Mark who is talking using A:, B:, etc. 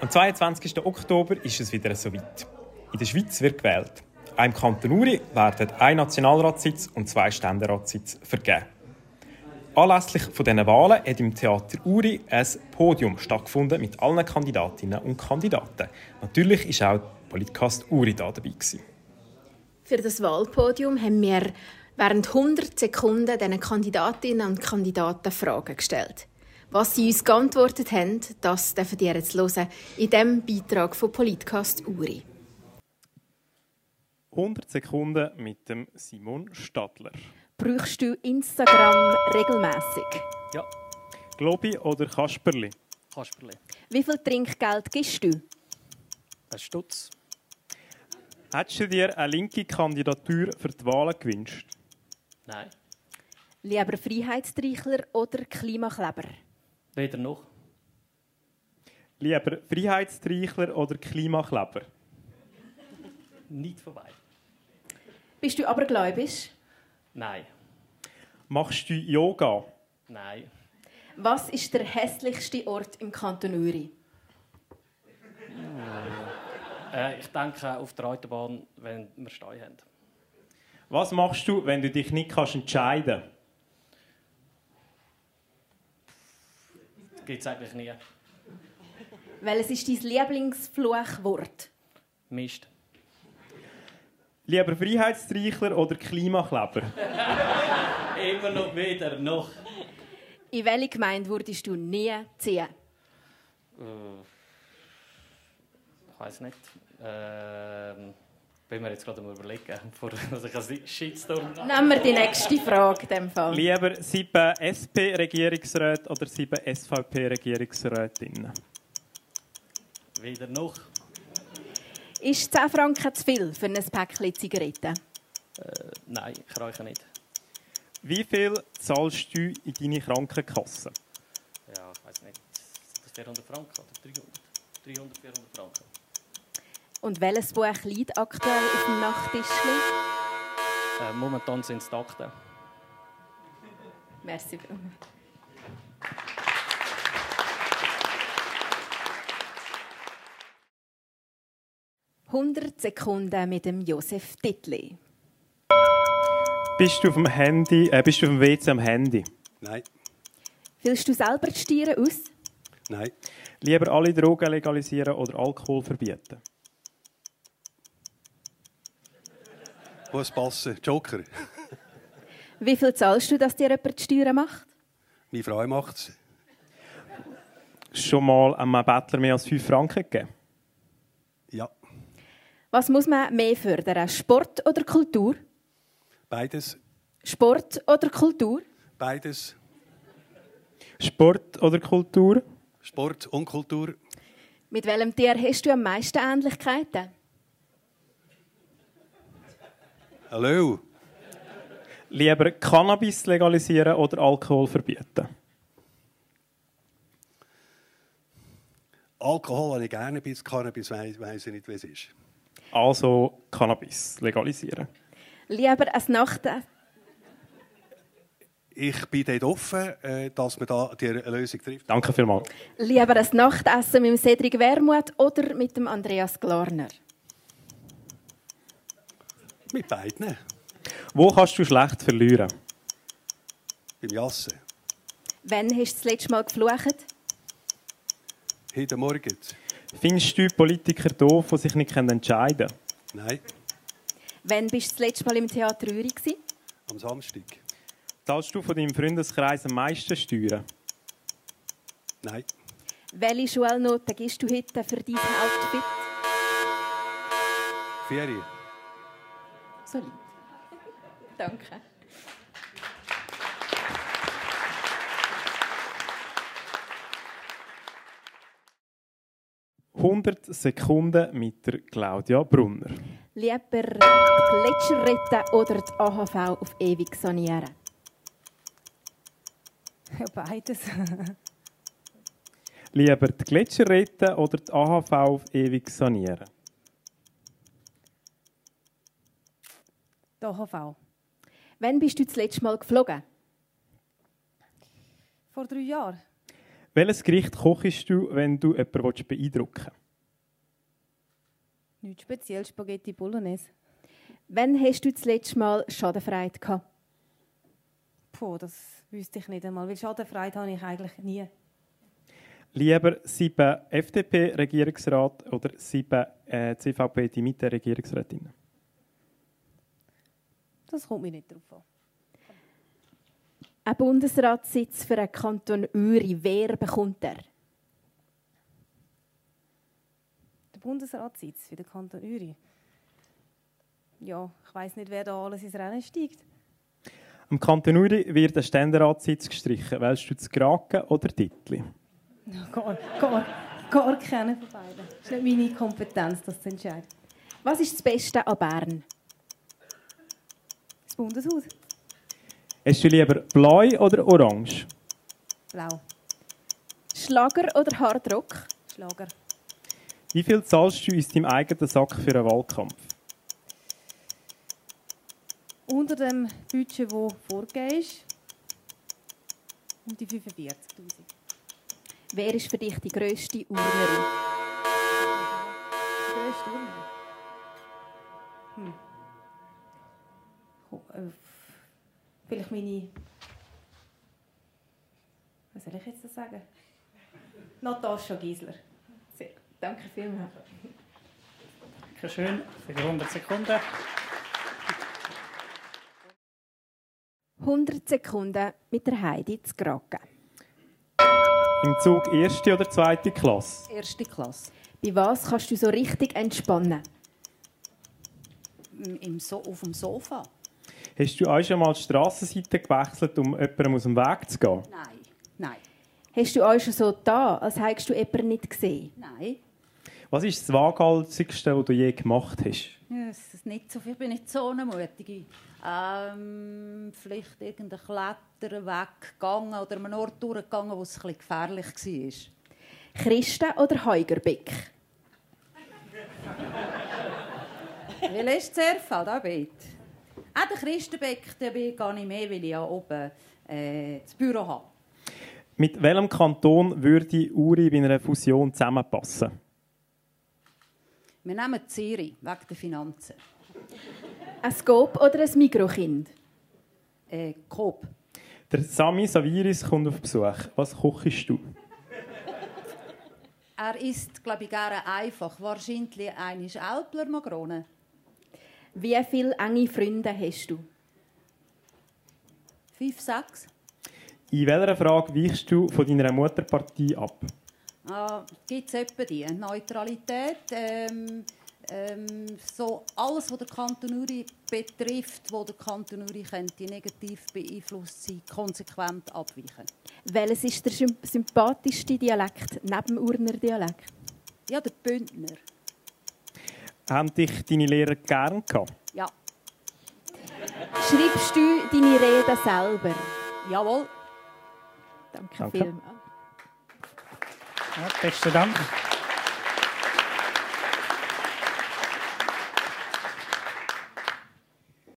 A: Am 22. Oktober ist es wieder soweit. In der Schweiz wird gewählt. Auch im Kanton Uri werden ein Nationalratssitz und zwei Ständeratssitze vergeben. Anlässlich von diesen Wahlen hat im Theater Uri ein Podium stattgefunden mit allen Kandidatinnen und Kandidaten. Natürlich war auch die Politcast Uri da dabei. Gewesen.
B: Für das Wahlpodium haben wir während 100 Sekunden den Kandidatinnen und Kandidaten Fragen gestellt. Was sie uns geantwortet haben, das dürfen ihr jetzt hören in diesem Beitrag von Politcast Uri.
A: 100 Sekunden mit dem Simon Stadler.
C: Brauchst du Instagram regelmäßig?
D: Ja,
A: Globi oder Kasperli?
D: Kasperle.
C: Wie viel Trinkgeld gibst du?
D: Ein Stutz.
A: Hättest du dir eine linke Kandidatur für die Wahlen gewünscht?
D: Nein.
C: Lieber Freiheitsstreichler oder Klimakleber?
D: Weder noch.
A: Lieber Freiheitsstreichler oder Klimakleber?
D: Nicht vorbei.
C: Bist du aber gläubisch?
D: Nein.
A: Machst du Yoga?
D: Nein.
C: Was ist der hässlichste Ort im Kanton Uri?
D: Äh, ich denke auf der Autobahn, wenn wir Steu haben.
A: Was machst du, wenn du dich nicht kannst entscheiden kannst?
D: Gibt es eigentlich nie.
C: Welches ist dein Lieblingsfluchwort?
D: Mist.
A: Lieber Freiheitsstreichler oder Klimakleber?
D: Immer noch weder noch.
C: In welche Gemeinde würdest du nie ziehen?
D: Äh, ich weiß nicht. Ähm, bin mir jetzt gerade am überlegen, bevor dass ich einen Shitstorm
C: Nehmen wir die nächste Frage in dem Fall.
A: Lieber sieben SP-Regierungsräte oder sieben SVP-Regierungsrätinnen?
D: Weder noch.
C: Ist 10 Franken zu viel für ein Päckchen Zigaretten?
D: Äh, nein, ich reiche nicht.
A: Wie viel zahlst du in deine Krankenkasse?
D: Ja, ich weiß nicht. Sind das 400 Franken oder 300? 300, 400 Franken.
C: Und welches Buch liegt aktuell auf dem Nachttisch?
D: Äh, momentan sind es die Akten.
C: Merci. «100 Sekunden mit dem Josef Dittli».
A: Bist du auf dem Handy, äh, bist du auf dem WC am Handy?
E: Nein,
C: Willst du selber die Stiere aus?
E: nein,
A: Lieber alle Drogen legalisieren oder Alkohol verbieten?
E: wo es passen. Joker.
C: Wie viel zahlst du, dass dir jemand die Steuern macht?
E: Meine Frau macht es.
A: Schon mal einem Bettler mehr als 5 Franken gegeben?
E: Ja,
C: Was muss man mehr fördern, Sport oder Kultur?
E: beides,
C: Sport oder Kultur?
E: beides.
A: Sport oder Kultur?
E: Sport und Kultur.
C: Mit welchem Tier hast du am meisten Ähnlichkeiten?
E: Hallo,
A: Lieber Cannabis legalisieren oder Alkohol verbieten?
E: Alkohol habe ich gerne, bis Cannabis weiss, weiss ich nicht, wie es ist.
A: Also Cannabis legalisieren.
C: Lieber ein Nachten.
E: Ich bin dort offen, äh, dass man da die Lösung trifft.
A: Danke vielmals.
C: Lieber ein Nachtessen mit dem Cedric Wermuth oder mit dem Andreas Glarner?
E: Mit beiden.
A: Wo kannst du schlecht verlieren?
E: Beim Jassen.
C: Wann hast du das letzte Mal geflucht?
E: Heute Morgen.
A: Findest du Politiker doof, die sich nicht entscheiden können?
E: Nein,
C: Wann bist du das letzte Mal im Theater Rüri? gewesen?
E: am Samstag.
A: Zahlst du von deinem Freundeskreis am meisten Steuern?
E: Nein,
C: Welche Schulnoten gibst du heute für dein Outfit?
E: Ferien.
C: Solid. Danke.
A: «» 100 Sekunden mit der Claudia Brunner.
C: Lieber die Gletscher retten oder die AHV auf ewig sanieren?
F: Ja, beides.
A: Lieber die Gletscher retten oder die AHV auf ewig sanieren?
F: Die AHV.
C: Wann bist du das letzte Mal geflogen?
F: Vor drei Jahren.
A: Welches Gericht kochst du, wenn du jemanden willst beeindrucken willst?
F: Nichts speziell, Spaghetti Bolognese.
C: Wann hast du das letzte Mal Schadenfreude gehabt?
F: Puh, das wüsste ich nicht einmal, weil Schadenfreude habe ich eigentlich nie.
A: Lieber sieben FDP-Regierungsrat oder sieben äh, CVP, die Mitte-Regierungsrätinnen?
F: Das kommt mir nicht drauf an.
C: Ein Bundesratssitz für einen Kanton Uri, wer bekommt er?
F: Der Bundesratssitz für den Kanton Uri. Ja, ich weiß nicht, wer da alles ins Rennen steigt.
A: Am Kanton Uri wird ein Ständeratssitz gestrichen. Wählst du das Graken oder Dittli?
F: Gar, gar, gar keinen von beiden. Das ist nicht meine Kompetenz, das zu entscheiden.
C: Was ist das Beste an Bern?
F: Das Bundeshaus.
A: Hast du lieber blau oder orange?
F: Blau.
C: Schlager oder Hardrock?
F: Schlager.
A: Wie viel zahlst du aus deinem eigenen Sack für einen Wahlkampf?
F: Unter dem Budget, das vorgegeben ist, um die 45.000.
C: Wer ist für dich die grösste Urnerin?
F: Grösste Stunde. Hm. Ko- äh, Vielleicht meine. Was soll ich jetzt das sagen? Natascha Giesler. Sehr. Danke vielmals.
D: Dankeschön für die 100 Sekunden.
C: 100 Sekunden mit der Heidi zu Graken.
A: Im Zug erste oder zweite Klasse?
G: Erste Klasse.
C: Bei was kannst du so richtig entspannen?
G: Im, im so auf dem Sofa?
A: Hast du auch schon mal die Strassenseite gewechselt, um jemandem aus dem Weg zu gehen?
G: Nein. Nein.
C: Hast du auch schon so da, als hättest du jemanden nicht gesehen?
G: Nein.
A: Was ist das Waghalsigste, was du je gemacht hast?
G: Ja, Es ist nicht so viel. Ich bin nicht so eine Mutige. Ähm, vielleicht irgendein Klettern weggegangen oder an einen Ort durchgegangen, wo es ein bisschen gefährlich
C: Christen oder Heugerbeck?
G: war. Weil ist Zerfa, da bin ich. Auch der Christenbeck, da bin ich gar nicht mehr, weil ich ja oben äh, das Büro habe.
A: Mit welchem Kanton würde Uri bei einer Fusion zusammenpassen?
G: Wir nehmen Zürich wegen der Finanzen.
C: Ein Scope oder ein Mikrokind?
G: Äh, Coop.
A: Der Sami Saviris kommt auf Besuch. Was kochst du?
G: Er isst, glaube ich, gerne einfach. Wahrscheinlich eine Elbler-Makrone.
C: Wie viele enge Freunde hast du?
G: Fünf, sechs.
A: In welcher Frage weichst du von deiner Mutterpartie ab?
G: Ah, Gibt es etwa die? Neutralität, ähm, ähm, so alles, was der Kanton Uri betrifft, wo der Kanton Uri könnte negativ beeinflusst sein, konsequent abweichen.
C: Welches ist der sym- sympathischste Dialekt neben dem Urner Dialekt?
G: Ja, der Bündner.
A: Haben dich deine Lehrer gern gehabt?
G: Ja,
C: Schreibst du deine Reden selber?
G: jawohl.
C: Danke,
A: Danke.
C: vielmals.
D: Ja, besten Dank.